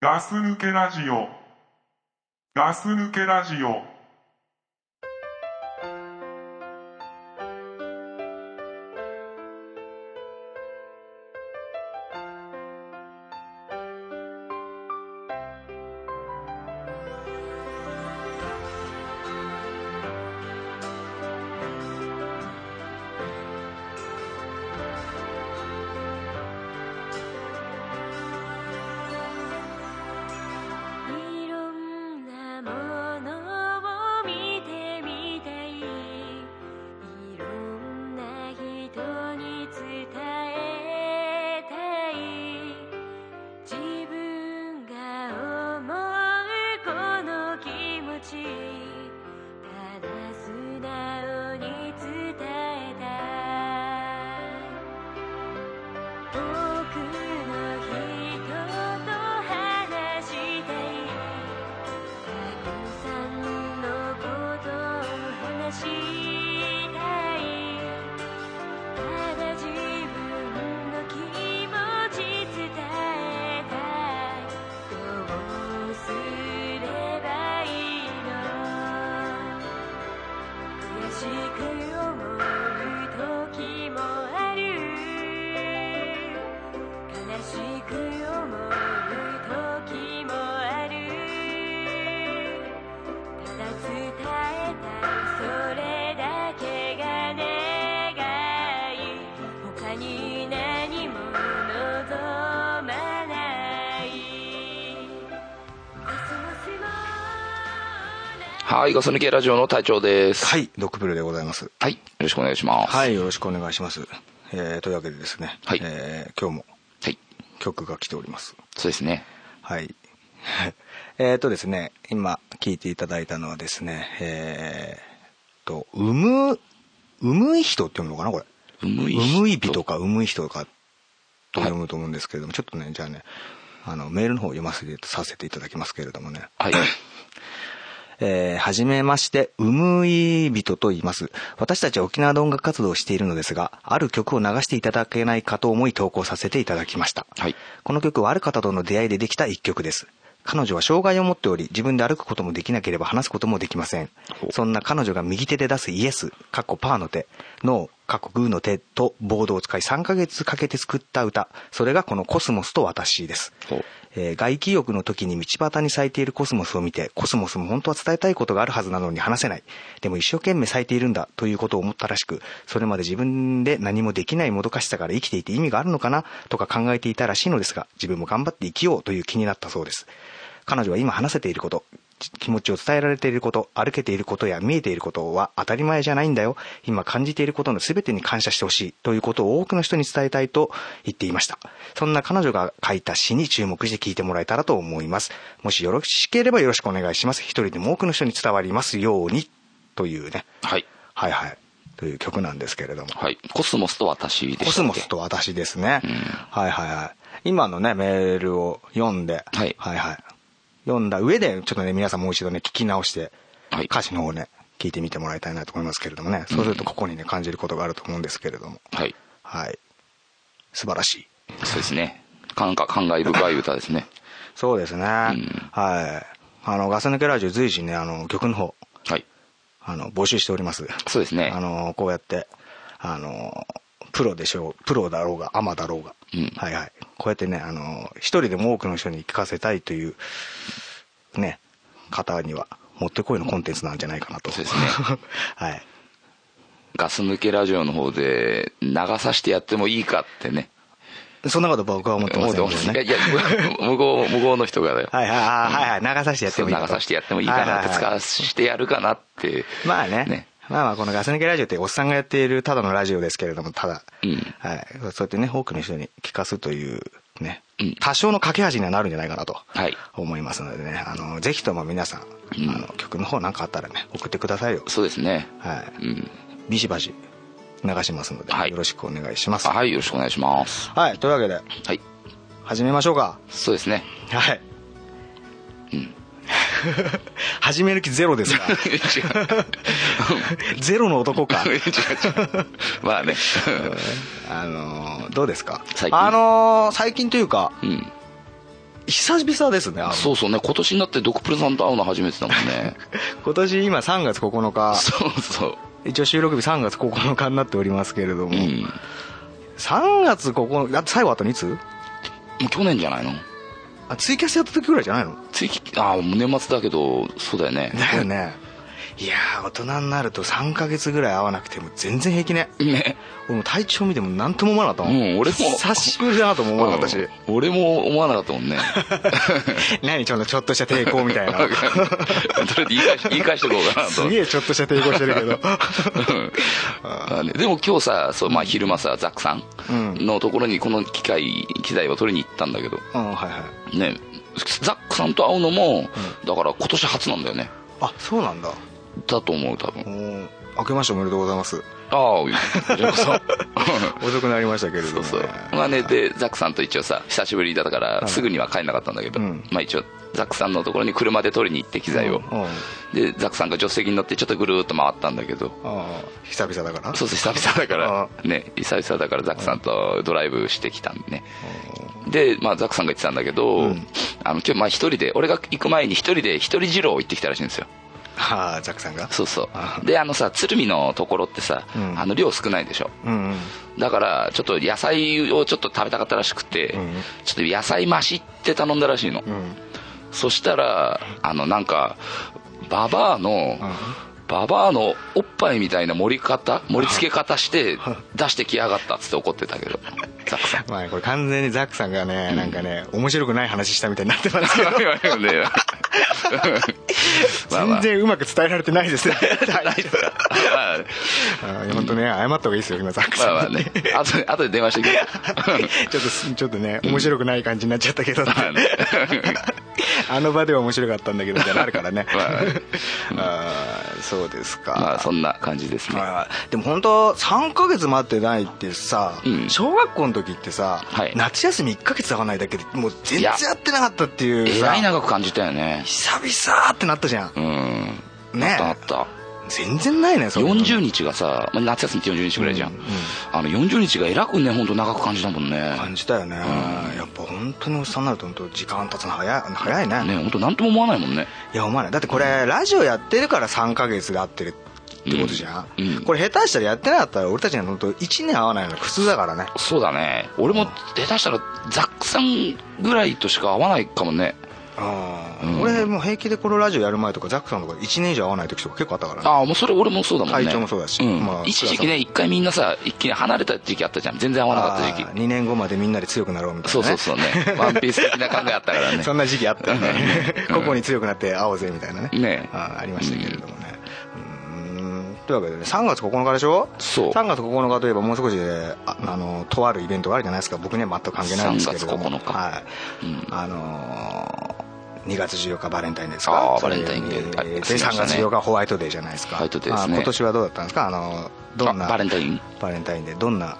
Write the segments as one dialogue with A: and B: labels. A: ガス抜けラジオ。ガス抜けラジオ。
B: いろんなものを見てみたい」「いろんな人に伝えたい」「自分が思うこの気持ち」「ただ素直に伝えたい」「遠くの人と話したい」「たくさんのことを話したい」「ただ自分の気持ち伝えたい」「どうすればいいの?」悔しく思う時もある悲しく思う時もあるただ伝えたいそれだけが願い他に何も望まない
C: はい、ガス抜けラジオの隊長です。
D: はい、ドックブルでございます。
C: はい。よろしくお願いします。
D: はい、よろしくお願いします。えー、というわけでですね、
C: はい
D: えー今日も
C: はい。
D: 曲が来ております。
C: そうですね。
D: はい。 えっとですね、今聴いていただいたのはですね、えー、と、うむ、うむい人って読むのかな、これ。
C: うむ
D: う
C: い人
D: むいびとか、うむい人とか、と読むと思うんですけれども、ちょっとね、じゃあね、あの、メールの方を読ませてさせていただきますけれどもね。
C: はい。
D: えーはじめまして、うむい人と言います。私たちは沖縄で音楽活動をしているのですが、ある曲を流していただけないかと思い投稿させていただきました。
C: はい。
D: この曲はある方との出会いでできた一曲です。彼女は障害を持っており、自分で歩くこともできなければ話すこともできません
C: ほ。う
D: そんな彼女が右手で出すイエス、カッコパーの手、ノー、カッコグーの手とボードを使い3ヶ月かけて作った歌、それがこのコスモスと私です。
C: ほう
D: えー外気浴の時に道端に咲いているコスモスを見て、コスモスも本当は伝えたいことがあるはずなのに話せない。でも一生懸命咲いているんだということを思ったらしく、それまで自分で何もできないもどかしさから生きていて意味があるのかなとか考えていたらしいのですが、自分も頑張って生きようという気になったそうです。彼女は今話せていること、じ気持ちを伝えられていること、歩けていることや見えていることは当たり前じゃないんだよ。今感じていることの全てに感謝してほしいということを多くの人に伝えたいと言っていました。そんな彼女が書いた詩に注目して聞いてもらえたらと思います。もしよろしければよろしくお願いします。一人でも多くの人に伝わりますようにというね。
C: はい。
D: はいはい。という曲なんですけれども。
C: はい。コスモスと私でしたっけ
D: コスモス。と私ですね。
C: うん
D: はいはいはい。今のね、メールを読んで、
C: はい
D: はいはい読んだ上で、ちょっとね、皆さんもう一度ね、聞き直して、
C: はい。
D: 歌詞の方をね、聞いてみてもらいたいなと思いますけれどもね。そうすると、ここにね、感じることがあると思うんですけれども。
C: はい。
D: はい。素晴らしい。
C: そうですね。感か感慨深い歌ですね。
D: そうですね。
C: ん
D: はい。あの、ガス抜けラジオ随時ね、あの、曲の方、
C: はい。
D: あの、募集しております。
C: そうですね
D: あ。のこうやってあのプロでしょうプロだろうがアマだろうが、
C: うん
D: はいはいこうやってねあの一人でも多くの人に聞かせたいというね方にはもってこいのコンテンツなんじゃないかなと
C: そうですね
D: はい
C: ガス抜けラジオの方で流させてやってもいいかってね。
D: そんなこと僕は思ってませんけど
C: いや
D: ね
C: いや、 向こう、向こうの人がだよ。
D: はいはいあーはいはい流させてやっ
C: そ
D: て
C: う
D: もい
C: 流
D: いかと
C: させてやってもいいかなっ
D: は
C: て、
D: は
C: 使
D: は
C: わせてやるかなって。
D: まあね
C: ね
D: まあまあこのガス抜けラジオっておっさんがやっているただのラジオですけれどもただ、
C: うん
D: はい、そうやってね多くの人に聞かすというね、
C: うん
D: 多少の架け橋にはなるんじゃないかなと
C: はい
D: 思いますのでね、あのぜひとも皆さん、
C: うん
D: あの曲の方なんかあったらね送ってくださいよ、
C: そうですね。
D: は
C: う
D: い、
C: ん。
D: ビシバシ流しますので、
C: はい
D: よろしくお願いします、はい
C: はい、よろしくお願いします。
D: というわけで
C: はい。
D: 始めましょうか
C: そうですね。
D: はい、
C: うん。
D: 始める気ゼロ ですか
C: 違う。
D: ゼロの男か
C: 違う違う。まあ ね。
D: あのどうですか
C: 最近
D: あの最近というか
C: うん。
D: 久々ですねあの
C: そうそうね今年になってドクプルさんと会うの初めてだもんね
D: 今年今3月9日
C: そうそう
D: 一応収録日3月9日になっておりますけれ
C: う
D: ども、
C: んも
D: 3月9日だって最後あといつ
C: う去年じゃないの
D: あツイキャスやった時ぐらいじゃないの
C: ついああもう年末だけどそうだよね
D: だよねいやー大人になると3ヶ月ぐらい会わなくても全然平気ね
C: ね
D: 俺もう体調見ても何とも思わなかったもん、
C: うん俺も
D: 久しぶりだなとも思わなかったし、
C: うん俺も思わなかったもん ね
D: 何ちょっとちょっとした抵抗みた いな
C: わかんないとりあえず言い返し言い返しておこうかなと
D: すげえちょっとした抵抗してるけど
C: うんあねでも今日さそう、まあ、昼間さザックさんのところにこの機械機材を取りに行ったんだけど
D: うんはいはい
C: ねザックさんと会うのも、だから今年初なんだよね
D: あそうなんだ
C: だと思う多
D: お
C: 分
D: ー明けましておめでとうございます
C: ああいいこちらこそ
D: 遅くなりましたけれども、
C: そ
D: ね、
C: うそうまあねでザックさんと一応さ久しぶりだからすぐには帰んなかったんだけど、
D: うん
C: まあ一応ザックさんのところに車で取りに行って機材を、
D: うんうん
C: でザックさんが助手席に乗ってちょっとぐるーっと回ったんだけど
D: ああ久々だから
C: そうそう久々だか
D: あ
C: らね久々だからザックさんとドライブしてきたんでねで、まあ、ザックさんが言ってたんだけど、
D: うん
C: あの今日まあ一人で俺が行く前に一人で一人二郎行ってきたらしいんですよ
D: はあザックさんが
C: そうそ
D: あ
C: うであのさ鶴見のところってさ、
D: うん
C: あの量少ないでしょ
D: うんうん
C: だからちょっと野菜をちょっと食べたかったらしくて、
D: うん
C: ちょっと野菜増しって頼んだらしいの、
D: うん
C: そしたらあのなんかババアの、
D: うん
C: ババアのおっぱいみたいな盛り方盛り付け方して出してきやがったっつって怒ってたけ どザックさん
D: まあこれ完全にザックさんがね、なんかね面白くない話したみたいになってますけど
C: まあまあ
D: 全然うまく伝えられてないですね
C: ないですかまあ
D: 本当ね謝った方がいいですよ今ザック
C: ま
D: さ
C: あ
D: ん
C: まあ
D: に
C: ねあとで後で電話してくれ
D: ちょっとすちょっとね面白くない感じになっちゃったけどって
C: まあね
D: あの場では面白かったんだけどじゃなるからね
C: まあね
D: あーそうですか、
C: まあそんな感じですね
D: あーでも本当3ヶ月待ってないってさ、
C: うん
D: 小学校の時ってさ、
C: はい
D: 夏休み1ヶ月上がないだけでもう全
C: い
D: 然
C: や
D: 会ってなかったっていう
C: え
D: さ
C: らい長く感じたよね
D: 久々ってなったじゃん
C: うん
D: ね
C: あったあっ
D: 全然ないね
C: た
D: そんなの
C: 40日がさ、まあ、夏休みって40日ぐらいじゃん、
D: うんうん
C: あの40日がえらくね本当長く感じたもんね
D: 感じたよね、やっぱ本当におっさんになると本当時間経つの早い早いね
C: ね本当なんとも思わないもんね
D: いや思わないだってこれ、ラジオやってるから3ヶ月で会ってるってことじゃん、
C: うんうん
D: これ下手したらやってなかったら俺たちには本当1年会わないのが苦痛だからね
C: そうだね俺も下手したらザックさんぐらいとしか合わないかもね
D: うん俺もう平気でこのラジオやる前とかザックさんとか1年以上会わない時とか結構あったからね
C: ああもうそれ俺もそうだもんね
D: 体調もそうだし
C: ん
D: まあ
C: 一時期ね一回みんなさ一気に離れた時期あったじゃん全然合わなかった時期
D: 2年後までみんなで強くなろうみたいな、ね、
C: そうそうそうねワンピース的な考えあったからね
D: そんな時期あったよね ここに強くなって会おうぜみたいなね
C: ね
D: あありましたけれどもねうんというわけでね3月9日でしょ
C: そう
D: 3月9日といえばもう少しでああのとあるイベントがあるじゃないですか僕には全く関係ないんですけれども
C: 3月9日
D: はい
C: うん
D: あのー2月14日バレンタインです
C: あ
D: か
C: ーバレンタインデー
D: それ
C: あ
D: にで
C: そうでした
D: 3
C: ね
D: 月14日ホワイトデーじゃないですか
C: ホワイトデーですね
D: あ今年はどうだったんですかあのどんな
C: あバレンタイン
D: バレンタインデーどんな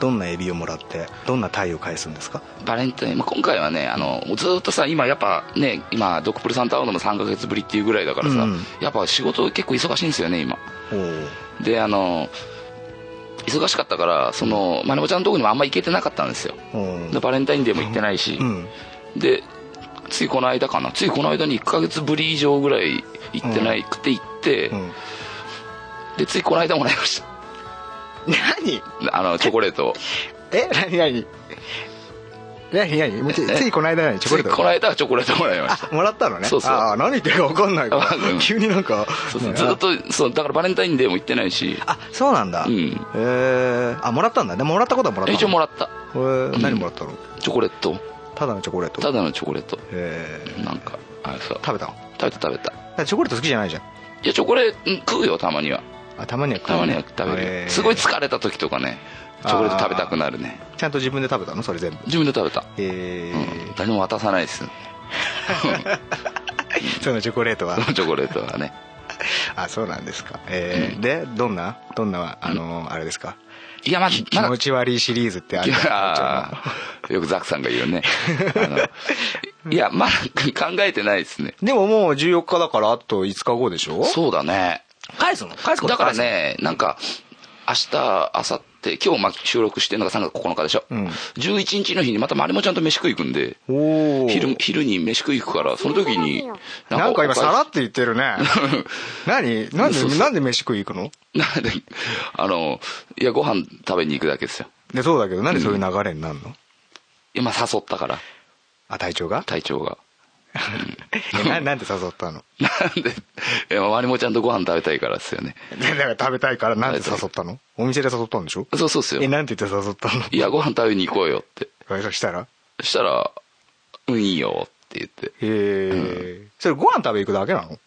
D: どんなエビをもらってどんなタイを返すんですか
C: バレンタイン、まあ、今回はねあのずーっとさ今やっぱね今ドクプルさんと会うのも3ヶ月ぶりっていうぐらいだからさ、
D: うん
C: やっぱ仕事結構忙しいんですよね今
D: おー
C: であの忙しかったからそのまねもちゃんのとこにもあんま行けてなかったんですよ
D: おー
C: でバレンタインデーも行ってないし、
D: うん
C: でついこの間かなついこの間に1ヶ月ぶり以上ぐらい行ってないくて行って、
D: うん
C: でついこの間もらいまし
D: 何
C: たあのチョコレートを
D: え何何何何もうちょいついこの間 何チョコレー
C: ついこ
D: ト
C: の間はチョコレートもらいました
D: あもらったのね
C: そうそう
D: あー何言ってるか分かんないか
C: わかんな
D: ら
C: い
D: 急になんか
C: そうそう
D: ね
C: ずっとそうだからバレンタインデーも行ってないし
D: あそうなんだ
C: うん
D: へえあもらったんだねもらったことはもらったの
C: 一応もらった
D: へえ何もらったの
C: チョコレート
D: ただのチョコレート
C: た
D: へ
C: だのチョコレート
D: え
C: なんかあれさ
D: 食べたの
C: 食べた食べた
D: だからチョコレート好きじゃないじゃん
C: いやチョコレートうん食うよたまには
D: あたまには食う
C: たまには食べる
D: へ
C: よ
D: え
C: すごい疲れた時とかねチョコレート食べたくなるね
D: ちゃんと自分で食べたのそれ全部
C: 自分で食べた、
D: え
C: うん、誰も渡さない です
D: そのチョコレートは
C: そのチョコレートはね
D: あそうなんですかえーでどんなどんなあのあれですか
C: いやまだ
D: 気
C: まだ
D: 持ち悪いシリーズってあ
C: い
D: る
C: やーよくザクさんが言うねあの いやまだ考えてないですね
D: でももう14日だからあと5日後でしょ
C: そうだね
D: 返すの返すこと
C: だからねなんか明日明後で、今日まあ収録してるのが3月9日でしょ。
D: うん
C: 11日の日にまたまりもちゃんと飯食い行くんで、
D: おお
C: 昼、昼に飯食い行くから、その時に、
D: なんか今さら
C: っ
D: って言ってるね 何なん
C: そうそ
D: で
C: う
D: なんで飯食い行くの
C: あの、いや、ご飯食べに行くだけですよ。
D: でそうだけどなんでそういう流れになるの、
C: いや、まあ誘ったから、
D: あ隊長が
C: 体調が。
D: えななんで誘ったの
C: なんで、えまりもちゃんとご飯食べたいからですよね。
D: でだから食べたいからなんで誘ったのお店で誘ったんでしょ
C: そうそうっすよ
D: え。なんて言って誘ったの
C: いや、ご飯食べに行こうよって。
D: そしたら
C: したら、うん、いいよって言って。
D: へえそれご飯食べ行くだけなの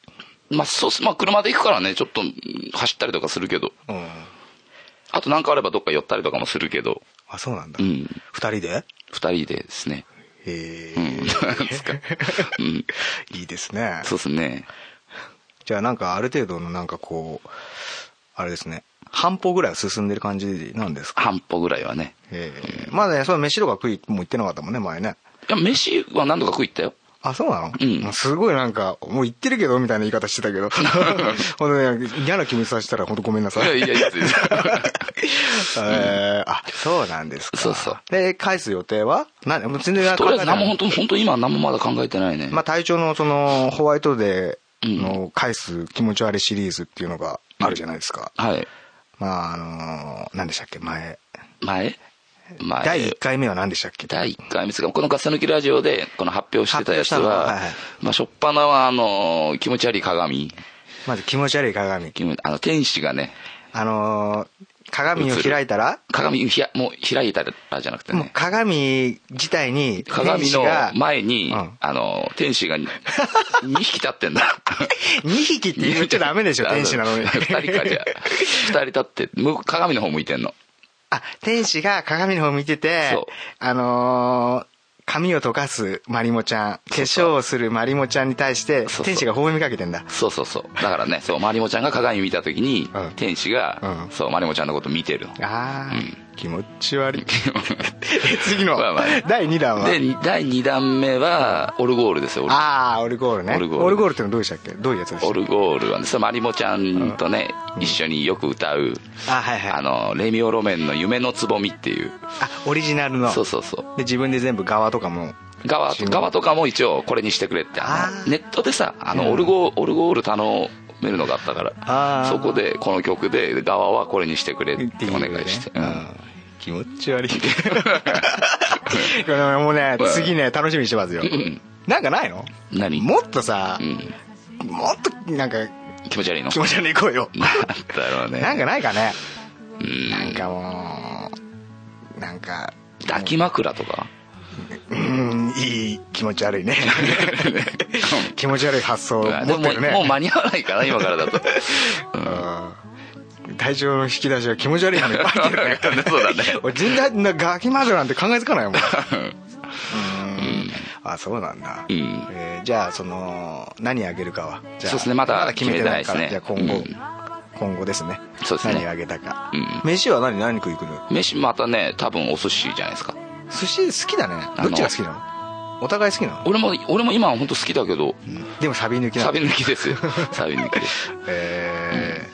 C: まあ、そうっす。まあ、車で行くからね、ちょっとうん走ったりとかするけど。
D: うん
C: あとなんかあればどっか寄ったりとかもするけど。
D: あそうなんだ、
C: う
D: 二
C: ん。
D: 人でへ
C: 二人でですね。
D: え、
C: うん。なんですか。うん。
D: いいですね
C: そうですね。
D: じゃあなんかある程度のなんかこうあれですね半歩ぐらいは進んでる感じなんですか
C: 半歩ぐらいはね。
D: ええまだねその飯とか食いも行ってなかったもんね前ね
C: いや、飯は何度か食い行ったよ。
D: あそうなの、
C: うん
D: もすごいなんかもう行ってるけどみたいな言い方してたけ どほんとね嫌な気分させたら本当ごめんないさ
C: や
D: い
C: いやいや、
D: えーあそうなんですか
C: そうそう
D: で返す予定はなもう全然
C: と
D: 考
C: りあ
D: え
C: えず
D: て
C: 何も
D: ない
C: 本当、本当今は何もまだ考えてないね。
D: まあ隊長のそのホワイトデーの返す気持ち悪いシリーズっていうのがあるじゃないですか、
C: はい。
D: まああのー何でしたっけ前
C: 前前。
D: 第1回目は何でしたっけ
C: 第1回目ですか、このガス抜きラジオでこの発表してたやつ
D: 発表したのは
C: は、
D: はいはい
C: まあ、しょっぱなは、あの、気持ち悪い鏡。
D: まず気持ち悪い鏡
C: 気持ちあの、天使がね、
D: あのー鏡を開いたら
C: 鏡ひや、もう開いたらじゃなくて
D: もう
C: ね、
D: 鏡自体に天
C: 鏡
D: 使
C: の
D: が
C: 前に、
D: うん
C: あの、天使が2匹立ってんだ。
D: 2匹って 言っちゃダメでしょ天使なのに
C: 2人かじゃ2人立って、向鏡の方向いてんの。
D: あ、天使が鏡の方見てて
C: そう、
D: あのー髪を溶かすマリモちゃん、化粧をするマリモちゃんに対して
C: そうそ、う
D: 天使が微笑みかけてんだ。
C: そうそうそう。だからね、そう、まりもちゃんが鏡見た時に、
D: うん
C: 天使が、
D: うん
C: そう、まりもちゃんのこと見てるの。
D: あー、
C: うん
D: 気持ち 悪い。 次の
C: まあまあね、
D: 第2弾は。
C: で、第2弾目は、オルゴールですよ、オルゴール
D: あー、オルゴールね。オ
C: オ
D: ル
C: ル
D: ゴ
C: ゴ
D: ー
C: ー
D: ル
C: ル
D: ってのはどうでしたっけどういうやつでした
C: オ
D: っけ
C: ルゴールはね、それマリモちゃんとね、一緒によく歌う、
D: あ、はいはい。
C: あ
D: あ
C: の、レミオロメンの夢のつぼみっていう、
D: オリジナルの。
C: そうそうそう。
D: で、自分で全部側とかも。
C: 側
D: 違う
C: 側とかも一応これにしてくれって、あの
D: あー
C: ネットでさ、あ
D: うん
C: の、オルゴ、オルゴール頼めるのがあったか
D: あ
C: ら
D: ー、
C: そこで、この曲で、側はこれにしてくれっ
D: って
C: て
D: いう
C: お
D: ね
C: 願いして。
D: う
C: うん
D: ん気持ち悪い。 これも うね、次ね、楽しみにしてますよ。
C: ん
D: なんかないの
C: 何
D: もっとさ
C: う、ん。
D: もっとなんか
C: 気持ち悪いの
D: 気持ち悪い声を
C: なんだろうね。
D: なんかないかね
C: うん
D: なんかもうなんか
C: 抱き枕と か
D: うんいい気持ち悪 いね気持ち悪い発想を持
C: うんでも
D: ってるね
C: もう間に合わないかな、今 からだと。
D: うん体調の引き出しは気持ち悪いのに入ってるね
C: そう だね。
D: 俺全然なガキ魔女なんて考えつかないもんうんあそうなんだ、
C: うん
D: えーじゃあその何あげるかはじゃあ
C: そうですねまだ
D: 決めてないから
C: 決めてない
D: じ
C: で
D: ゃあ
C: すね
D: 今後、今後ですね
C: そうですね
D: 何あげたか、
C: うん
D: 飯は何何食いくの
C: 飯またね多分お寿司じゃないですか
D: 寿司好きだね
C: あの
D: どっちが好きなのお互い好きなの
C: 俺も俺も今は本当好きだけど
D: でもサビ抜きな
C: サ
D: の
C: ビ抜きですよサビ抜きです
D: え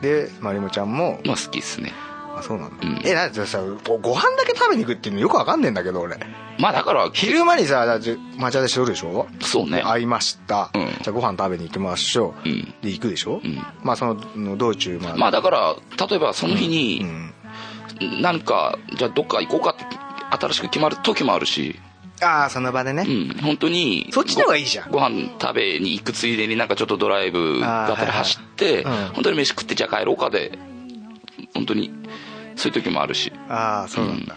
D: ーでまりもちゃんも
C: まあ好きっすね
D: あそうなんだ、
C: うん
D: えなんでさごご飯だけ食べに行くっていうのよくわかんねえんだけど俺
C: まあだから
D: 昼間にさだって待ち合わせしてるでしょ
C: そうね
D: 会いました、
C: うん
D: じゃあご飯食べに行きましょう、
C: うん
D: で行くでしょ、
C: うん
D: まあその道中まあ、
C: まあだから例えばその日
D: う
C: に
D: ん、
C: なんかじゃあどっか行こうかって新しく決まる時もあるし
D: ああその場でね、
C: うん本当に
D: そっちの方がいいじゃん
C: ごご飯食べに行くついでになんかちょっとドライブだったり
D: あーはいはい
C: 走って
D: うん
C: 本当に飯食ってじゃあ帰ろうかで本当にそういう時もあるし
D: ああそうなんだ、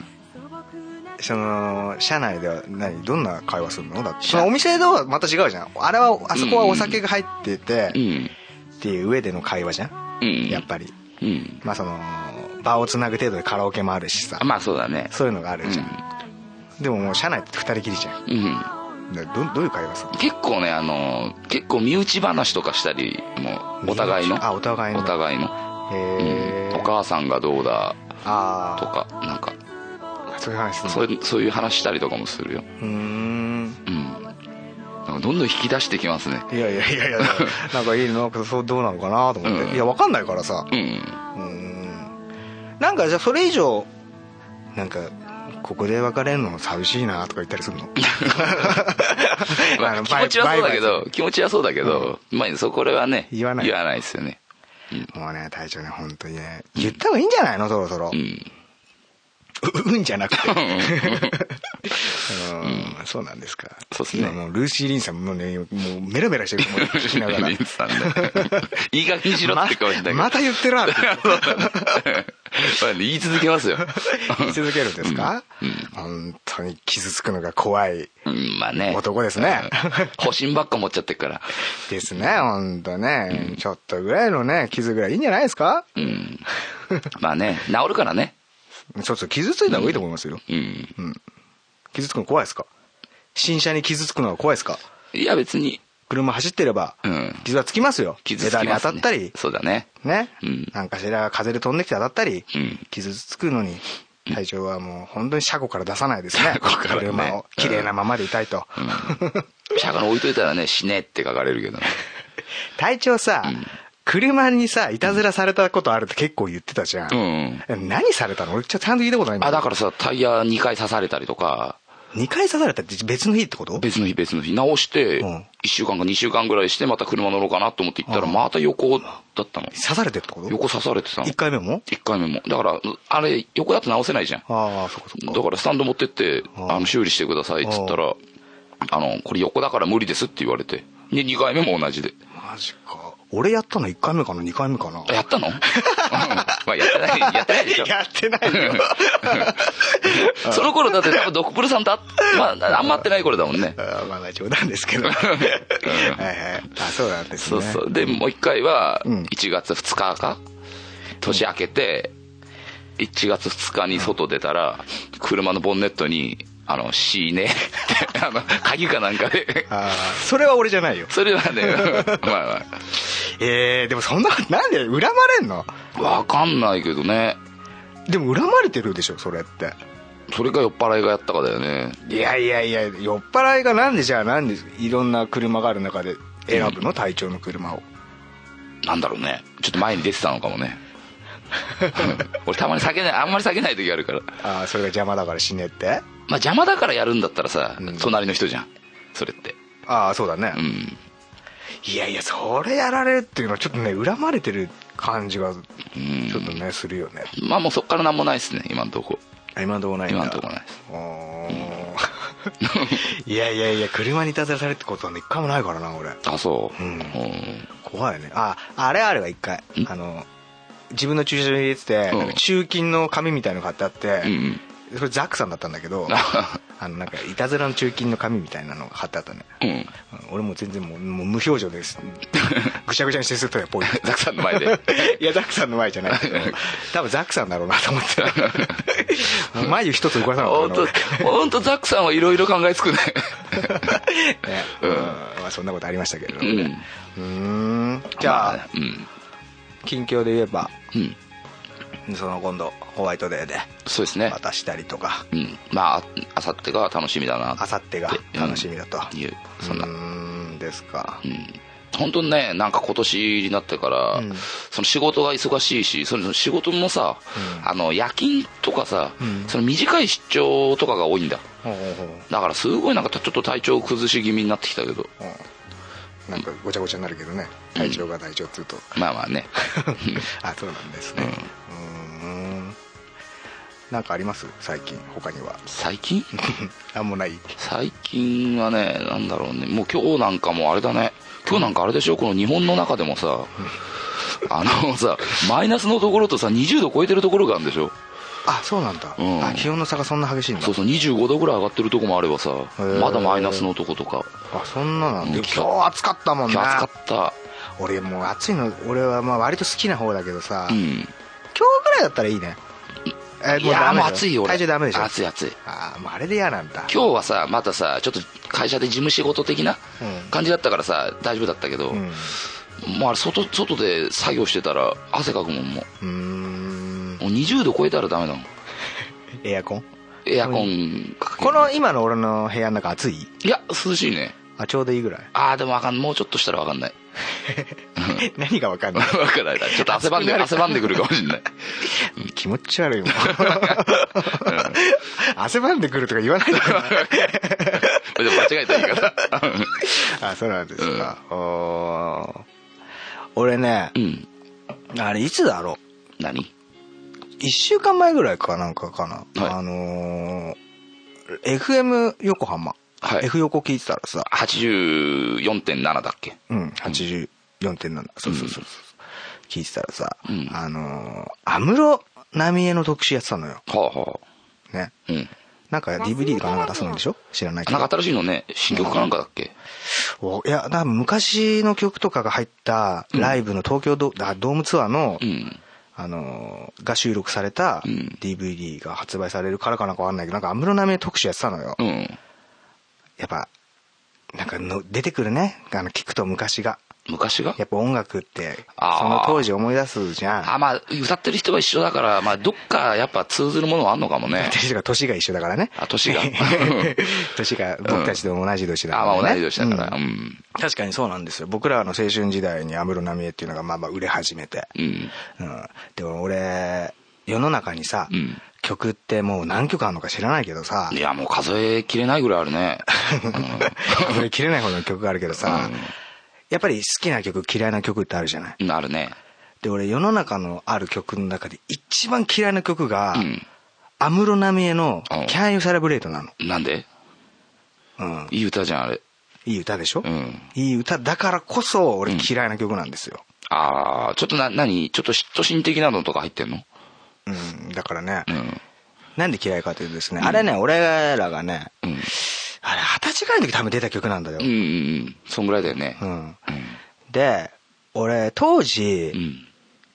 D: その社内では何どんな会話するのだってそ
C: 社
D: のお店とはまた違うじゃんあれはあそこはお酒が入ってて、
C: う
D: っ
C: ん
D: ていう上での会話じゃん、
C: うん
D: やっぱり
C: うん
D: まあその場をつなぐ程度でカラオケもあるしさ
C: あまあそうだね
D: そういうのがあるじゃん、でももう社内って二人きりじゃん
C: うん
D: だからどどういう会話するの
C: 結構ねあの結構身内話とかしたりもお互いの
D: あお互いの
C: お互いの、うん
D: へえ
C: お母さんがどうだ
D: あ
C: と
D: あ
C: かなんか
D: そういう話するの
C: そういうそういう話したりとかもするよ
D: うー
C: う
D: ん
C: んなんかどんどん引き出してきますね
D: いやいやい やいやなんかいいのそうどうなのかなと思って、
C: うん
D: いやわかんないからさ
C: うん
D: うーんなんかじゃあそれ以上なんかここで別れるの寂しいなとか言ったりす るの
C: ま
D: あ
C: あ
D: の
C: 気持ちはそうだけ
D: バイバイ
C: ど、気持ちはそうだけど、まあ、そこれはね、
D: 言わない
C: 言わないですよね。
D: もうね隊長ね本当にね言った方がいいんじゃないのそろそろ、う、
C: うんん。
D: うんじゃなくてうんそうなんですか
C: そうっすね
D: 今もうルーシー・リンさんもうねもうメラメラしてるもう聞きなが ら
C: リンさんねいい加減にしろって顔してたけど。
D: ま また言ってるわって
C: そうだねまあ言い続けます よ。
D: 言い続けるんですか、本当に傷つくのが怖い
C: うん、まあね。
D: 男ですね
C: うん。保身ばっか持っちゃってるから。
D: ですね本当ね、ちょっとぐらいのね傷ぐらいいいんじゃないですか
C: うん。まあね、治るからね。
D: ちょっと傷ついた方がいいと思いますよ、
C: うん。
D: 傷つくの怖いですか新車に傷つくのは怖いですか
C: いや、別に。
D: 車走ってれば
C: うん
D: 傷はつきますよ、
C: 傷つきます、ね。
D: 枝に当たったり
C: そうだね。
D: ね、
C: うん
D: なんかしら風で飛んできて当たったり、
C: うん
D: 傷つくのに体調はもう本当に車庫から出さないですね
C: 車庫からね
D: 車を綺麗なままでいたいと、
C: 車間置いといたらね、死ねって書かれるけどね。
D: 体調さ、車にさいたずらされたことあるって結構言ってたじゃん、
C: うん。
D: 何されたの俺ちょっとちゃんと聞いたことないん
C: あ、だかららさ、タイヤ2回刺されたりとか、
D: 2回刺されたって別の日ってこと
C: 別の日別の日直して、
D: うん
C: 1週間か2週間ぐらいしてまた車乗ろうかなと思って行ったら、
D: うん
C: また横だったの。
D: 刺されてるってこと
C: 横刺されてたの。
D: 1回目も
C: 一回目も。だから、あれ、横だと直せないじゃん。
D: ああそっかそっか
C: だからスタンド持ってって、
D: あ
C: あの、修理してくださいっつったら、あの、これ横だから無理ですって言われて。で、2回目も同じで。
D: マジか俺やったの1回目かな2回目かな
C: あやったのうんまあ、やってない、 やってないでしょ。
D: やってない よ
C: その頃だって多分ドクプルさんとあ、まあ、あんま会ってない頃だもんね。
D: あーまあまあ冗談で すけどはいはいあそうなんです
C: そ
D: ね
C: うそう。で、もう一回は、
D: うん
C: 1月2日か年明けて、1月2日に外出たら、車のボンネットに、あの、死ね って、あの、鍵かなんかで、
D: ああそれは俺じゃないよ
C: それはね、まあ
D: えー、でもそんなことなんで恨まれんの
C: まあ、わかんないけどね。
D: でも恨まれてるでしょそれって
C: それか酔っ払いがやったかだよね。
D: いやいやいや酔っ払いがなんでじゃあなんでいろんな車がある中で選ぶの、隊長の車を
C: なんだろうね。ちょっと前に出てたのかもね。 俺たまに酒ない、あんまり酒ない時あるから。
D: ああそれが邪魔だから死ねって
C: まあ邪魔だからやるんだったらさ、
D: うん
C: 隣の人じゃん。それって。
D: ああそうだね、
C: うん。
D: いやいやそれやられるっていうのはちょっとね恨まれてる感じがち
C: うん
D: ょっとねするよね
C: まあもうそっからなんもないですね、今のとこ。
D: 今んとこないんだ
C: 今のとこないです。
D: おーいやいやいや車にいたずらされるってことはね一回もないからな俺
C: あ、そう。
D: うん
C: うん
D: 怖いねああれあれは一回
C: ん
D: あの自分の駐車場に入れてて、
C: うん
D: なんか中金の紙みたいの買ってあって、
C: うん
D: それザックさんだったんだけど あのなんかいたずらの中金の紙みたいなのが買ってあったね
C: うん。うん。
D: うん俺もう全然もうもう無表情です ぐしゃぐしゃにしてすったらポイ
C: ザクさんの前で。
D: いやザックさんの前じゃないけど多分ザックさんだろうなと思ってもう眉一つ動かさなか
C: ほ
D: っ
C: ん
D: たな
C: と、ほんとザックさんはいろいろ考えつ くね。
D: 俺ね
C: うん
D: うんまあ、そんなことありましたけれど
C: う
D: もね
C: ん。
D: うーんじゃあ、
C: まねうん。
D: 近況で言えば
C: うん。
D: その今度ホワイトデーで
C: そうですね
D: ま。たしたりとか
C: うん。まあ、あさってが楽しみだな
D: あさってが楽しみだと
C: という、そん
D: う
C: な。
D: ーんですか
C: うん本当にねなんか今年になってから、
D: うん
C: その仕事が忙しいしその仕事もさ、
D: うん
C: あの夜勤とかさ、
D: うん
C: その短い出張とかが多いんだ
D: ほうほうほう
C: だからすごいなんかちょっと体調崩し気味になってきたけど
D: うんなんかごちゃごちゃになるけどね体調が体調っていう と
C: まあまあね
D: あそうなんですねうーんなんかあります最近他 には
C: 最近
D: なんもない
C: 最近はねなんだろうねもう今日なんかもあれだね今日なんかあれでしょこの日本の中でもさあのさマイナスのところとさ20度超えてるところがあるんでしょ
D: あそうなんだ
C: うん
D: あ気温の差がそんな激しいんだ
C: そうそう25度ぐらい上がってるとこもあればさ
D: ー
C: まだマイナスのとことか
D: あそんななんだ
C: うん
D: 今日暑かったもん
C: 今日暑
D: な
C: かった
D: 俺もう暑いの俺はまあ割と好きな方だけどさ
C: う
D: 今日
C: ん
D: ぐらいだったらいいねえ
C: いやーもう
D: だ
C: 暑いよ俺
D: 体調ダメでしょ
C: 暑い暑い
D: ああもうあれで嫌なんだ
C: 今日はさまたさちょっと会社で事務仕事的な
D: うん
C: 感じだったからさ大丈夫だったけど、
D: うんう
C: もうあれ外外で作業してたら汗かくもんも
D: ーん
C: うもう20度超えたらダメだもん
D: エアコン
C: エアコンかけ
D: この今の俺の部屋の中暑い
C: いや涼しいね
D: あちょうどいいぐらい
C: ああでもあかんもうちょっとしたらわかんない
D: 何がわかんない
C: わからない。ちょっと汗ばんで、汗ばんでくるかもしれない。
D: 気持ち悪いもん汗ばんでくるとか言わないでください
C: でも間違えた言い方。
D: あそうなんですか、おー俺ね
C: うん。
D: あれいつだろ
C: 何
D: う1週間前ぐらいかなんかかな、
C: はい
D: あのー FM 横浜、
C: はい
D: F 横聞いてたらさ、
C: ?84.7 だっけ
D: うん、84.7、そうそうそうそう聞いてたらさ、
C: うん
D: あのー安室奈美恵の特集やってたのよ
C: はあは
D: ね
C: あ。うん。
D: なんか DVD かなんか出すんでしょ知らないけ
C: なん
D: ど
C: か新しいのね、新曲かなんかだっけ
D: おいやだから昔の曲とかが入ったライブの東京ド,、あドームツアーの、
C: うん。
D: あのーが収録された
C: うん
D: DVD が発売されるからかなんかわかんないけどなんか安室奈美恵特集やってたのよ、
C: うん。
D: やっぱなんかの出てくるねあの聞くと昔が
C: 昔が
D: やっぱ音楽って
C: あー
D: その当時思い出すじゃん
C: あ、まあ、歌ってる人は一緒だから、まあ、どっかやっぱ通ずるものはあんのかも ね。
D: 私が年が一緒だからね。
C: あ年 が
D: 年が僕たちと同じ年だか
C: あ、
D: ら、ね
C: まあ、同じ年だから。う
D: うん
C: ん。
D: 確かにそうなんですよ。僕らの青春時代に安室奈美恵っていうのがまあまあ売れ始めて。
C: うん。
D: うん。でも俺、世の中にさ、
C: うん
D: 曲ってもう何曲あるのか知らないけどさ
C: い、や、もう数えきれないぐらいあるね。
D: 数え切れないほどの曲があるけどさ、
C: うん
D: やっぱり好きな曲、嫌いな曲ってあるじゃない。
C: うん、あ るね。
D: で、俺世の中のある曲の中で一番嫌いな曲が
C: うん、
D: 安室奈美恵の
C: うん
D: Can You Celebrate なの。
C: なんで
D: うん。
C: いい歌じゃん、あれ。
D: いい歌でしょ、
C: うん。
D: いい歌だからこそ俺
C: うん
D: 嫌いな曲なんですよ、
C: ああ、ちょっとな、何ちょっと嫉妬心的なのとか入ってんの
D: うんだからね、
C: うん。
D: なんで嫌いかというとですね、あれね俺らがね
C: うん。
D: あれ二十歳ぐらいの時多分出た曲なんだよ、
C: うんうんうん。そんぐらいだよね。
D: うん
C: う
D: で俺当時
C: ん。うん。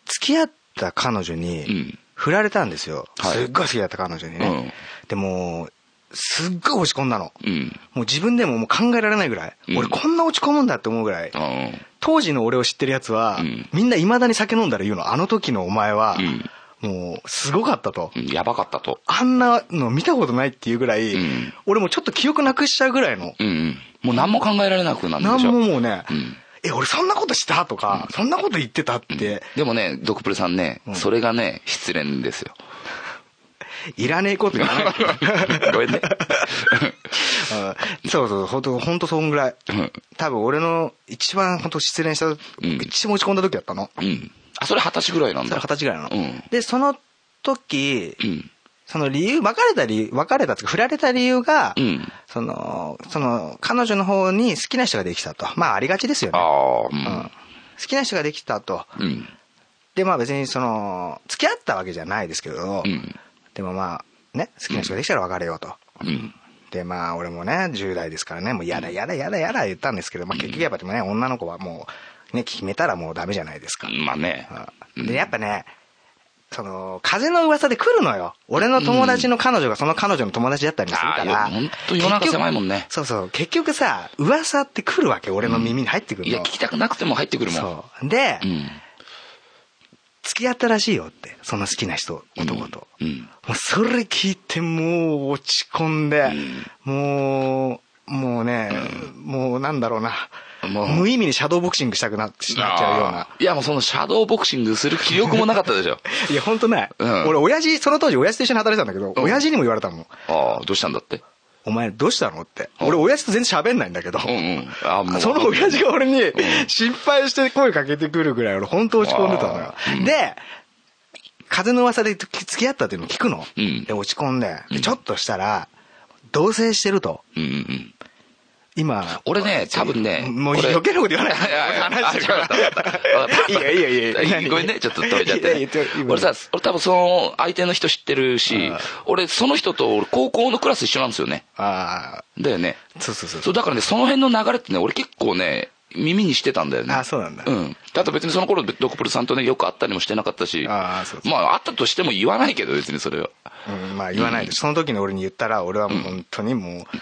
D: 付き合った彼女
C: う
D: に
C: ん。
D: 振られたんですよ、
C: はい
D: すっごい好きだった彼女にね、でもすっごい落ち込んだの
C: うん。
D: もう自分でももう考えられないぐらい、
C: うん
D: 俺こんな落ち込むんだって思うぐらい、
C: うん。
D: 当時の俺を知ってるやつは、
C: うん
D: みんないまだに酒飲んだら言うのあの時のお前は、
C: うん
D: もうすごかったと、
C: うんやばかったと。
D: あんなの見たことないっていうぐらい、
C: うん
D: 俺もうちょっと記憶なくしちゃうぐらいの、
C: うんうん。もう何も考えられなくなるん
D: な
C: で
D: ん
C: しょ。
D: ももうね、
C: うん
D: え俺そんなことしたとか、そんなこと言ってたって、
C: でもね、ドクプルさんね、
D: うん
C: それがね、失恋です よ。
D: いらね えこと言わない
C: ごめんね。
D: うんそうそう本当本当そんぐらい
C: うん
D: 多分俺の一番本当失恋した、
C: ん
D: 一番落ち込んだ時だったの
C: うん。あ、それ二十歳ぐらいなん
D: それ
C: だ
D: 二十。歳ぐらいなの、
C: うん
D: でその時
C: うん。
D: その理由別れた理由別れたっていうか振られた理由が、
C: うん。
D: そのその彼女の方に好きな人ができたとまあありがちですよね
C: ああ、
D: うん好きな人ができたと。
C: うん。うん。
D: で、まあ別にその、付き合ったわけじゃないですけど、
C: うん。
D: でもまあ、ね、好きな人ができたら別れようと。
C: うん。
D: で、まあ俺もね、10代ですからね、もうやだやだやだやだ言ったんですけど、まあ結局やっぱでもね、女の子はもう、ね、決めたらもうダメじゃないですか。
C: まあね。
D: で、やっぱね、その、風の噂で来るのよ。俺の友達の彼女がその彼女の友達だったりもするか
C: あ
D: ら。
C: ーいやほんと世の中狭いもんね
D: 結局そうそう。結局さ、噂って来るわけ、俺の耳に入ってくる
C: い
D: の。
C: や、聞きたくなくても入ってくるもん。
D: そう。で、
C: うん。
D: 付き合ったらしいよってその好きな人男と、
C: うんうん
D: もうそれ聞いてもう落ち込んで、もうもうね、もうなんだろうな
C: もう
D: 無意味にシャドーボクシングしたくなっちゃうようない
C: や、もうそのシャドーボクシングする気力もなかったで しょ。
D: いや本当ない、
C: うん
D: 俺親父その当時親父と一緒に働いてたんだけど、
C: うん
D: 親父にも言われたもん
C: ああ、どうしたんだって。
D: お前どうしたのって、俺親父と全然喋んないんだけど、
C: うんうん。ああ、もう。
D: その親父が俺に
C: ん
D: 心配して声かけてくるぐらい俺本当落ち込んでたのよ
C: わ。あ
D: で、風の噂で付き合ったっていうのを聞くの。
C: うん
D: で、落ち込んで、でちょっとしたら、同棲してると。
C: うんうんうん。
D: 今、
C: 俺ね、多分ね。
D: もう
C: これ
D: 余計なこと言わない。
C: いやいや
D: 話してるから
C: あわかったわかった
D: いいよいいよいいよいいよ
C: ごめんね、ちょっと止めちゃっ
D: いやい
C: て
D: や言って
C: ね
D: いい。よ
C: 俺さ、俺多分その相手の人知ってるし
D: ああ、
C: 俺その人と俺高校のクラス一緒なんですよね。
D: あ
C: だよね。
D: あ、そうそうそう。
C: そう、だからね、その辺の流れってね、俺結構ね、耳にしてたんだよね。
D: あそうなんだ
C: うん。あと別にその頃、ドクプルさんとね、よく会ったりもしてなかったし、
D: あそうそう
C: まあ、会ったとしても言わないけど、別にそれは。
D: うん、まあ言わないで、その時の俺に言ったら、俺はもう本当にもう、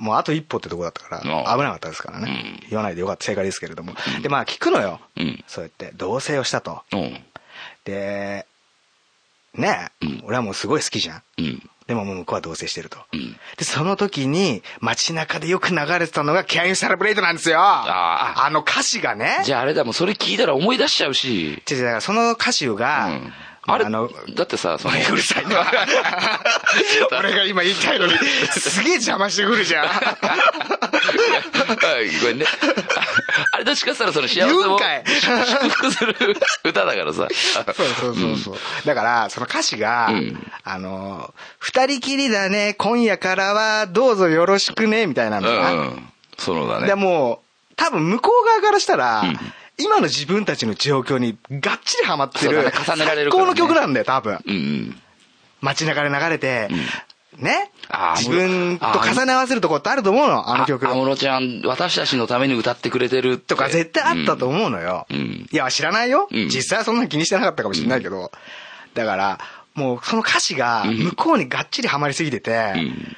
D: もうあと一歩ってとこだったから、危
C: あ
D: な
C: あ
D: かったですからね。言わないでよかった、正解ですけれども。で、まあ聞くのよ
C: うん。
D: そうやって、同棲をしたと。
C: うん。
D: でね、俺はもうすごい好きじゃん
C: うん。
D: でも、もう向こうは同棲してると。
C: うん
D: で、その時に、街中でよく流れてたのが、キャン・ユー・サラブレイドなんですよ
C: あ
D: あの歌詞がね。
C: じゃああれだ、もうそれ聞いたら思い出しちゃうし。
D: 違う違うだからその歌手
C: う
D: が、
C: ん。
D: ま
C: あれ、
D: の、
C: だってさ、その、
D: うるさいな。俺が今言いたいのに、すげえ邪魔してくるじゃん。
C: はいごめんね。ああれどっちかって言ったらその幸せ
D: 言う
C: を
D: んかい
C: 祝福する歌だからさ。
D: そうそうそうそう。だから、その歌詞が、
C: うん
D: あの、二人きりだね、今夜からはどうぞよろしくね、みたいな
C: う
D: のが、
C: ん。そのだ
D: で
C: ね。
D: もう、多分向こう側からしたら、
C: うん
D: 今の自分たちの状況にがっちりハマって
C: そうだ
D: る
C: ね、重ねられるからね
D: 最高の曲なんだよ、多分。
C: うんうん。
D: 街中で流れて、ね
C: あー
D: 自分と重ね合わせるとこってあると思うの、あの曲。
C: 安室ちゃん、私たちのために歌ってくれてるって
D: とか絶対あったと思うのよ。
C: うんうん
D: いや、知らないよ。
C: うん
D: 実際はそんなの気にしてなかったかもしれないけど。だから、もうその歌詞が向こうにがっちりハマりすぎてて、
C: うん。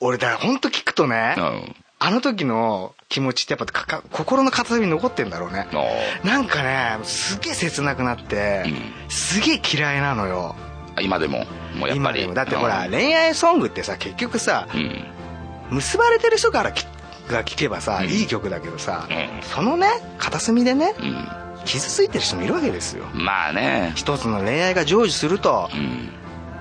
D: 俺、だからほんと聞くとね、
C: うん
D: あの時の気持ちってやっぱかか心の片隅に残ってんだろうね。
C: あー
D: なんかね、すげえ切なくなって、
C: うん
D: すげえ嫌いなのよ。
C: 今でも、もうやっぱ
D: 今
C: り
D: で。も。だってほら、
C: うん
D: 恋愛ソングってさ、結局さ、
C: うん。
D: 結ばれてる人からきが聴けばさ、
C: うん
D: いい曲だけどさ、
C: うん
D: そのね、片隅でね、
C: うん。
D: 傷ついてる人もいるわけですよ
C: まあね。
D: 一つの恋愛が成就すると
C: うん。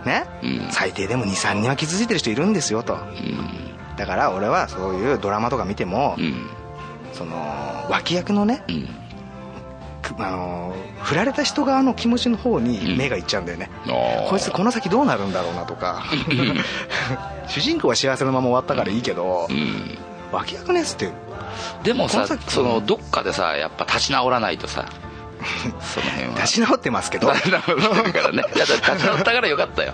D: ね、
C: うん
D: 最低でも23人は傷ついてる人いるんですよと
C: うん。
D: だから俺はそういうドラマとか見ても、
C: うん。
D: その脇役のね
C: うん。
D: くあのー振られた人側の気持ちの方に目がいっちゃうんだよね、
C: あー
D: こいつこの先どうなるんだろうなとか 主人公は幸せのまま終わったからいいけど、
C: うん。
D: 脇役のやつって
C: でもさ
D: この先
C: そのどっかでさやっぱ立ち直らないと さその辺は
D: 立ち直ってます けど、はい、
C: 立ち直ってるからねいやだって 立ち直ったからよかったよ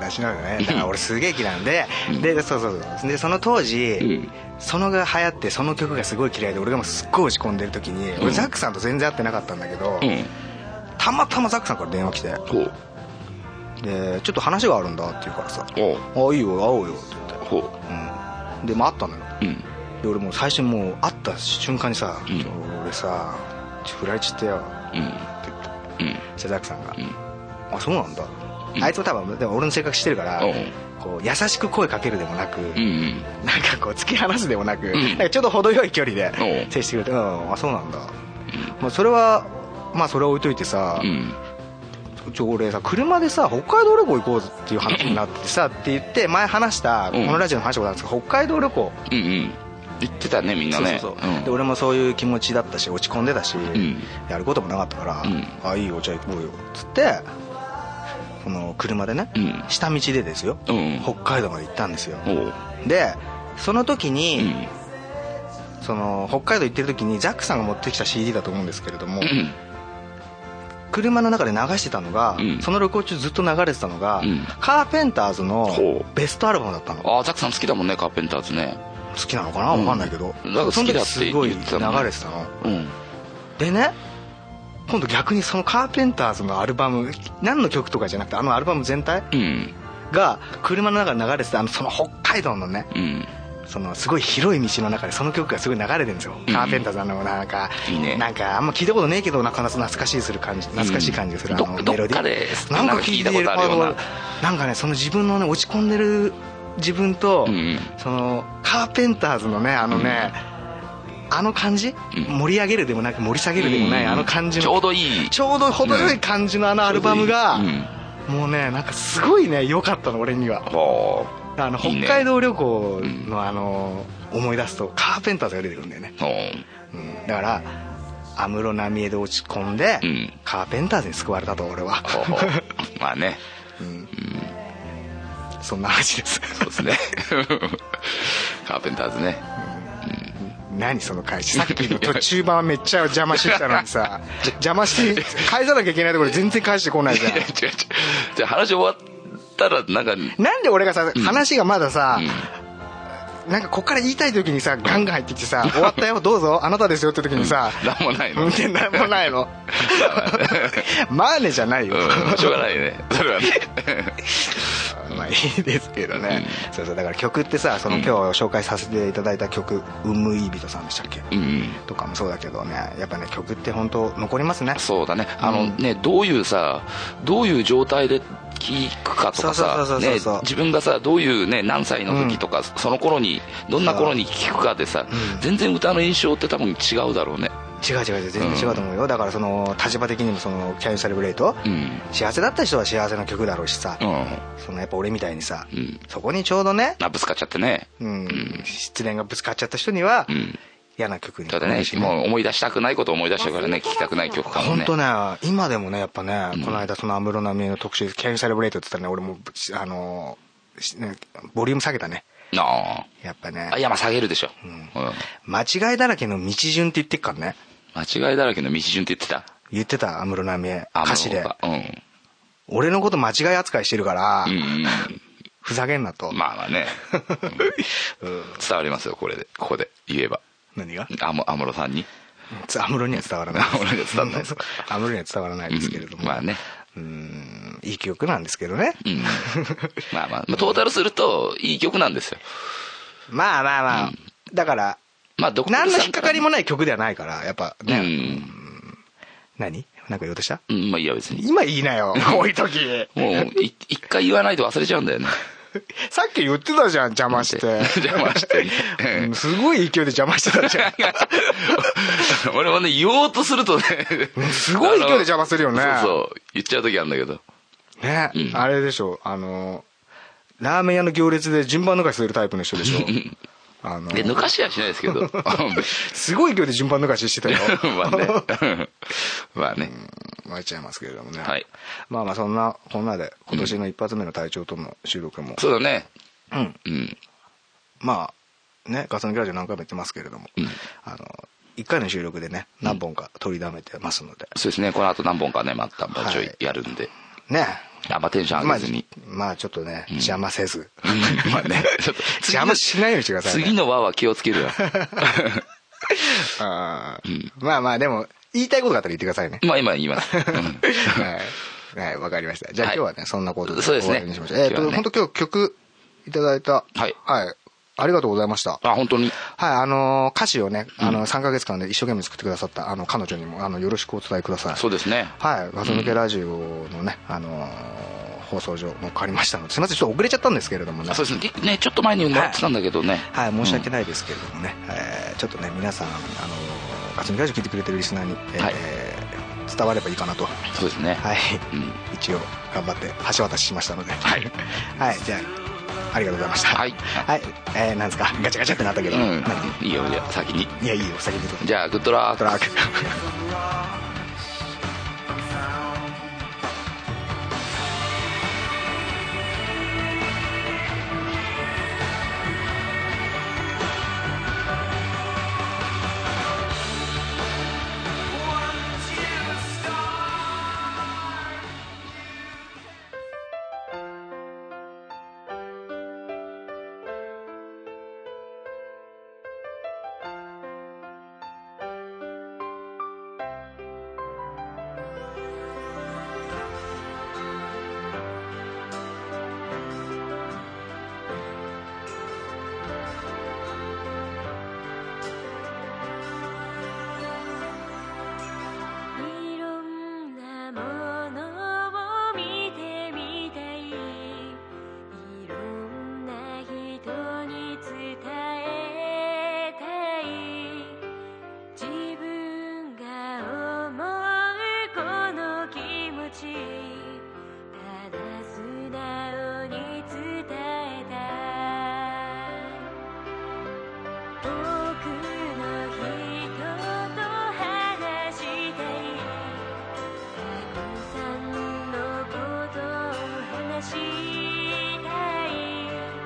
D: 立ち直るねだから俺すげえ嫌いなんででそうそうそうでその当時、
C: うん
D: そのが流行ってその曲がすごい嫌いで俺がもうすっごい落ち込んでる時に、
C: うん
D: 俺ザックさんと全然会ってなかったんだけど、
C: うん
D: たまたまザックさんから電話来て
C: ほう
D: でちょっと話があるんだって言うからさ「
C: ほ
D: あいいよ会おうよ」って言って
C: うほ
D: うんでまあ会ったのよ
C: ううん
D: で俺もう最初にもう会った瞬間にさ「
C: うん
D: ちょ俺さちょ振られちゃってよ」
C: うん
D: って言っ
C: うん
D: てそしたらザックさんが「
C: ん
D: あそうなんだ」
C: ん
D: あいつも多分でも俺の性格してるから
C: おう
D: こう優しく声かけるでもなく、
C: うん
D: なんかこう突き放すでもなく、
C: ん
D: なんかちょうど程よい距離で
C: おう
D: 接してくれてうんあそうなんだ、まあ、それはまあそれは置いといてさ、
C: うん
D: ちょ俺さ車でさ北海道旅行行こうっていう話になってさって言って前話したこ
C: うん
D: のラジオの話したことあるんですけど北海道旅行
C: うんうん言ってたねみんな
D: そうそ
C: ね
D: うそう、で俺もそういう気持ちだったし落ち込んでたし、
C: ん
D: やることもなかったから、
C: うん
D: あいいよじゃあ行こうよっつってその車でね、
C: うん
D: 下道でですよ、
C: うん
D: 北海道まで行ったんですよ
C: ほう
D: でその時
C: う
D: に、
C: ん
D: その北海道行ってる時にザックさんが持ってきた CD だと思うんですけれども、
C: うん
D: 車の中で流してたのが、
C: うん
D: その旅行中ずっと流れてたのが、
C: うん
D: カーペンターズの
C: ほう
D: ベストアルバムだったの好
C: ああザックさん好きだもんねカーペンターズね
D: きなのかな
C: うん
D: 分かんないけど、
C: なんか好きだって言って
D: そ
C: た
D: の時すご
C: もん
D: い
C: ね
D: 流れてたの
C: うん
D: でね今度逆にそのカーペンターズのアルバム何の曲とかじゃなくてあのアルバム全体
C: うん
D: が車の中で流れてたあのその北海道のね
C: うん
D: そのすごい広い道の中でその曲がすごい流れてるんですよ、
C: うん
D: カーペンターズのあのなんか
C: いいね
D: なんかあんま聞いたことねえけどなんか懐かしいする感じ懐かしい感じがする、
C: うん
D: あの
C: ど
D: メロディー
C: どっかで
D: なんか聞いたことあるよう
C: なんか聞いた
D: な
C: こと
D: なんかねその自分のね落ち込んでる自分と、
C: うん
D: そのカーペンターズのねあのね、あの感じ、
C: うん
D: 盛り上げるでもなく盛り下げるでもない、
C: うん
D: あの感じの
C: ちょうどいい
D: ちょうど程よい感じのあのアルバムが、
C: うん
D: もうねなんかすごいね良かったの俺には
C: ほ
D: あの
C: いいね
D: 北海道旅行のあの思い出すとカーペンターズが出てくるんだよね、
C: うほう
D: うん、だから安室奈美恵で落ち込んで、
C: うん
D: カーペンターズに救われたと俺は
C: ほうほうまあね
D: そんな話です
C: そうですねカーペンターズね
D: 何その返しさっきの途中盤はめっちゃ邪魔してきたの にさ邪魔して返さなきゃいけないところ全然返してこないじゃん
C: いや違う違うじゃあ話終わったらなんか
D: なんで俺がさ話がまださ、
C: う
D: なんかこっから言いたい時にさガンガン入って きてさ終わったよどうぞあなたですよって時にさ
C: んなんもないの
D: 運転なん も ないの まあねじゃないよ、
C: うんしょうがないねそれはね
D: うまいですけどね、そうそうだから曲ってさその今日紹介させていただいた曲「うんむいい人さん」でしたっけ、
C: うんうん
D: とかもそうだけどねやっぱね曲って本当残りますね
C: そうだね、あ
D: う
C: の
D: ん
C: ね、どういうさ、どういう状態で聞くかとか
D: そ
C: さ
D: う、そうそうそう
C: ね
D: そう、
C: 自分がさ、どういうね、何歳の時とか、その頃に、どんな頃に聞くかでさ、
D: うん
C: 全然歌の印象って多分違うだろうね。
D: 違う違う違う全然違うと思うよ、だからその立場的にもその「キャンセルブレイト
C: うん。」
D: 幸せだった人は幸せの曲だろうしさ、
C: うん。
D: そのやっぱ俺みたいにさ、
C: うん。
D: そこにちょうどね、
C: あぶつかっちゃってね。
D: うん失恋がぶつかっちゃった人には、
C: うん。
D: 嫌な曲に
C: ただね、もう思い出したくないことを思い出しちゃうからね、聞きたくない曲かも
D: 本
C: ね。
D: 当ね今でもねやっぱね、
C: ん
D: この間その安室奈美恵の特集「キャンセルブレイト」って言ったらね俺もうあのしねボリューム下げたね
C: な
D: やっぱ
C: あ
D: ね
C: あ。いや、まあ下げるでしょ。うん。
D: 間違いだらけの道順って言ってっからね
C: 間違いだらけの道順って言ってた。
D: 言ってた安室奈美恵
C: あ
D: 歌詞で
C: もううん。
D: 俺のこと間違い扱いしてるから、
C: うん
D: ふざけんなと、
C: うん。まあまあね。
D: うん
C: 伝わりますよ、これで。ここで言えば。
D: 何が
C: あも安室さんに。
D: つ安室には伝わらな い
C: 安室には伝わらないですか
D: 安室には伝わらないですけれども、
C: うんまあね。
D: うんいい記憶なんですけどね、
C: うん。まあまあ、まあ、トータルすると、いい曲なんですよ。
D: まあまあまあ、だから
C: まあ、どこ
D: 何の引っかかりもない曲ではないからやっぱ
C: う
D: ね、
C: ん。
D: 何なんか言おうとした
C: うん、まあいいや、別に。
D: 今言いなよこういう時
C: もう、い一回言わないと忘れちゃうんだよね。
D: さっき言ってたじゃん邪魔して
C: 邪魔してね
D: うんすごい勢いで邪魔してたじゃん
C: 俺もね、言おうとするとね。
D: すごい勢いで邪魔するよね
C: あのそうそう。言っちゃう時あるんだけど。
D: ね、
C: うん
D: あれでしょあのラーメン屋の行列で順番抜かしするタイプの人でしょあの
C: で、抜かしはしないですけど。う ん
D: すごい勢いで順番抜かししてたよ
C: ま あね。 うんまあね。
D: 参っちゃいますけれどもね、
C: はい
D: まあまあそんなこんなで今年の一発目の隊長との収録も、
C: そうだね。
D: うん
C: うん。
D: まあねガソリンガラージュ何回も言ってますけれども、
C: うん
D: あの1回の収録でね何本か取りだめてますので、
C: そうですね。この後何本かね、またもうちょい
D: はい
C: やるんで。
D: ね
C: あんまテンション上
D: まあ
C: げず に。、
D: まあちょっとね邪魔せず、
C: うんまあね。ちょっと次
D: 邪
C: の
D: 魔しないようにしてください、ね、
C: 次の輪は気をつける よ。
D: あーまあまあでも言いたいことがあったら言ってくださいね
C: まあ今言います。 うん
D: はいはいわかりましたじゃあ
C: はい
D: 今日はね、そんなことで
C: そう
D: 終
C: ですね
D: わりにしましょうえっ、
C: 今日
D: と
C: はね
D: 本当今日曲いただいた
C: はい
D: はい、ありがとうございました
C: あ、本当に。
D: はい、あのー歌詞をね、あの、3ヶ月間で一生懸命作ってくださった、あの、彼女にも、あの、よろしくお伝えください。
C: そうですね。
D: はい、ガス抜けラジオのね、あのー放送上も変わりましたので、すみません、ちょっと遅れちゃったんですけれどもね
C: あ。そうですねけ。ね、ちょっと前にもらってたんだけどね。
D: はい、申し訳
C: ない。
D: ないですけれどもね、えーちょっとね、皆さん、あのー、ガス抜けラジオ聞いてくれてるリスナーに、えー
C: はい
D: 伝わればいいかなと。
C: そうですね。
D: はい、
C: うん。
D: 一応、頑張って橋渡ししましたので。はいはい、じゃあ、ありがとうございました。
C: はい
D: はい、えー、なんですか、ガチャガチャってなったけど、なんか
C: うん。いいよ、じゃあ先に。
D: いや、いいよ、先にどうぞ。
C: じゃあ、グッドラー
D: トラック。
B: いろんなものを見てみたい」「いろんな人に伝えたい」「自分が思うこの気持ち」「ただ素直に伝えたい」「遠くの人と話したい」「たくさんのことを話したい」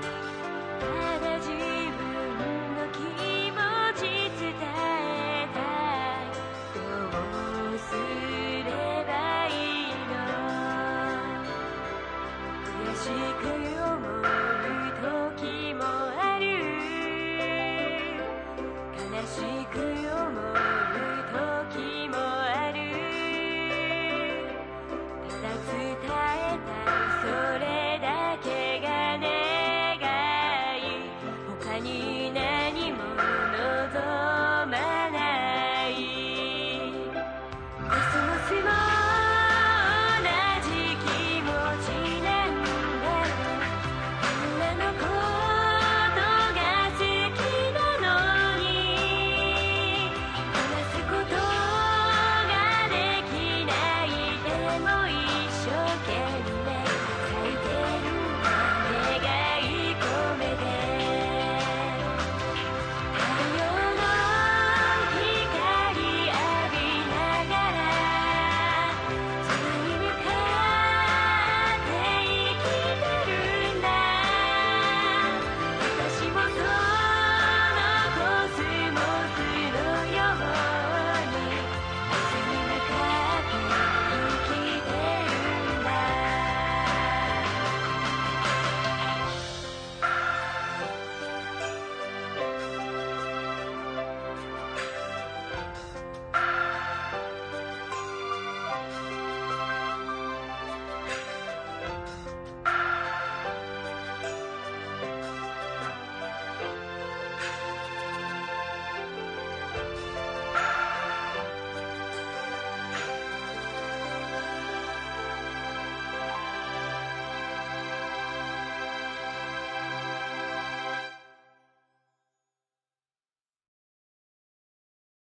B: 「ただ自分の気持ち伝えたい」「どうすればいいの?」悔しく思う時もある悲しく思う